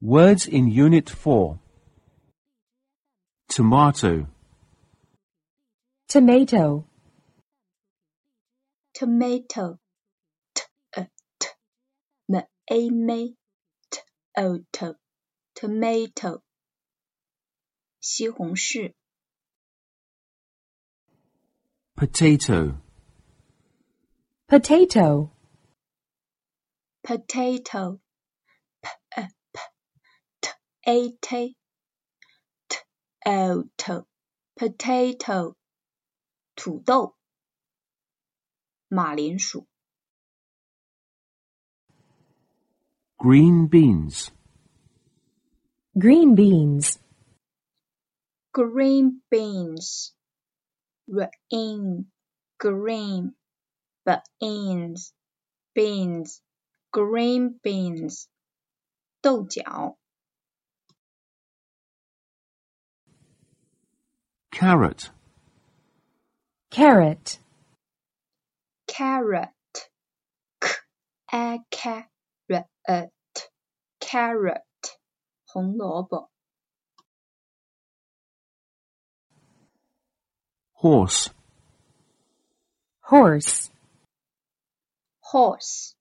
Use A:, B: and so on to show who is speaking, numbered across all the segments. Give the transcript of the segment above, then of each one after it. A: Words in Unit 4 Tomato,
B: tomato,
C: tomato, t a t, m a m a, t o t, tomato。西红柿、
A: potato,
B: potato,
C: potato, p a p, t a t, t o t, potato。土豆、马铃薯、
A: green beans,
B: green beans,
C: green beans, green, green, beans, beans, green beans，豆角、
A: carrot,
B: carrot,
C: carrot, c a c a r o t, carrot，红萝卜、
A: horse,
B: horse,
C: horse,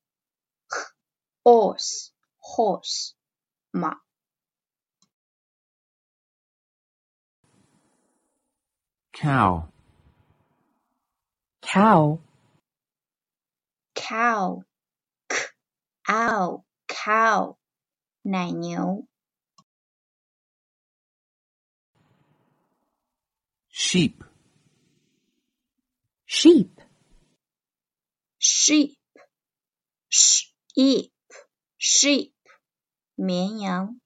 C: horse, horse，马、
A: cow,
B: cow,
C: cow, cow, cow，奶牛、
A: sheep,
B: sheep,
C: sheep, sheep, sheep，绵羊、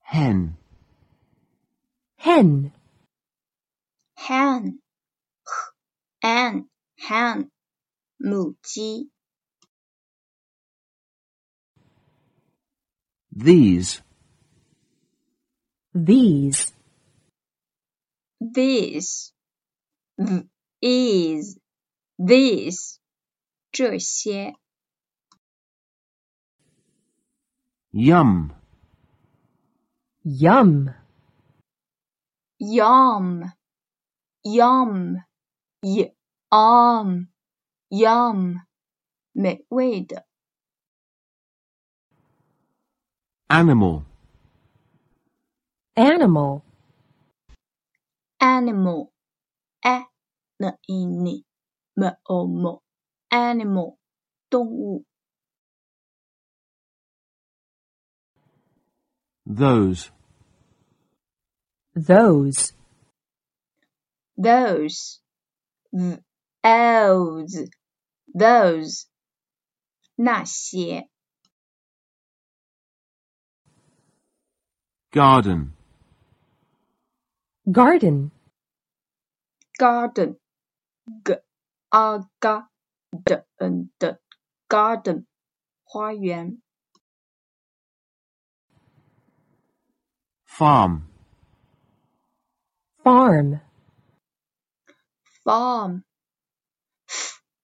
A: hen,
B: hen,
C: hen, hen, hen，母鸡、
A: these,
B: these,
C: this, is, this，这些、
A: yum,
B: yum,
C: yum, yum, yum, yum，美味的。
A: animal,
B: animal,
C: animal, a n i n m o m, animal, 动物。
A: those,
B: those,
C: Those, th- those, those, 那些。
A: garden,
B: garden,
C: Garden, g a g d n d, garden, 花园。
A: farm,
B: farm,
C: Farm,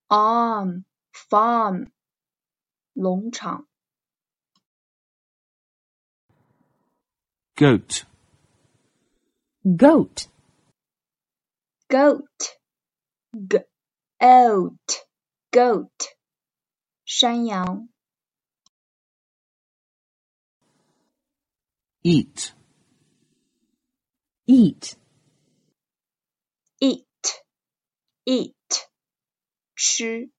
C: farm, farm, 农场。
A: goat,
B: goat,
C: goat, goat, goat，山羊。
A: eat,
B: eat,
C: eat, eat，吃。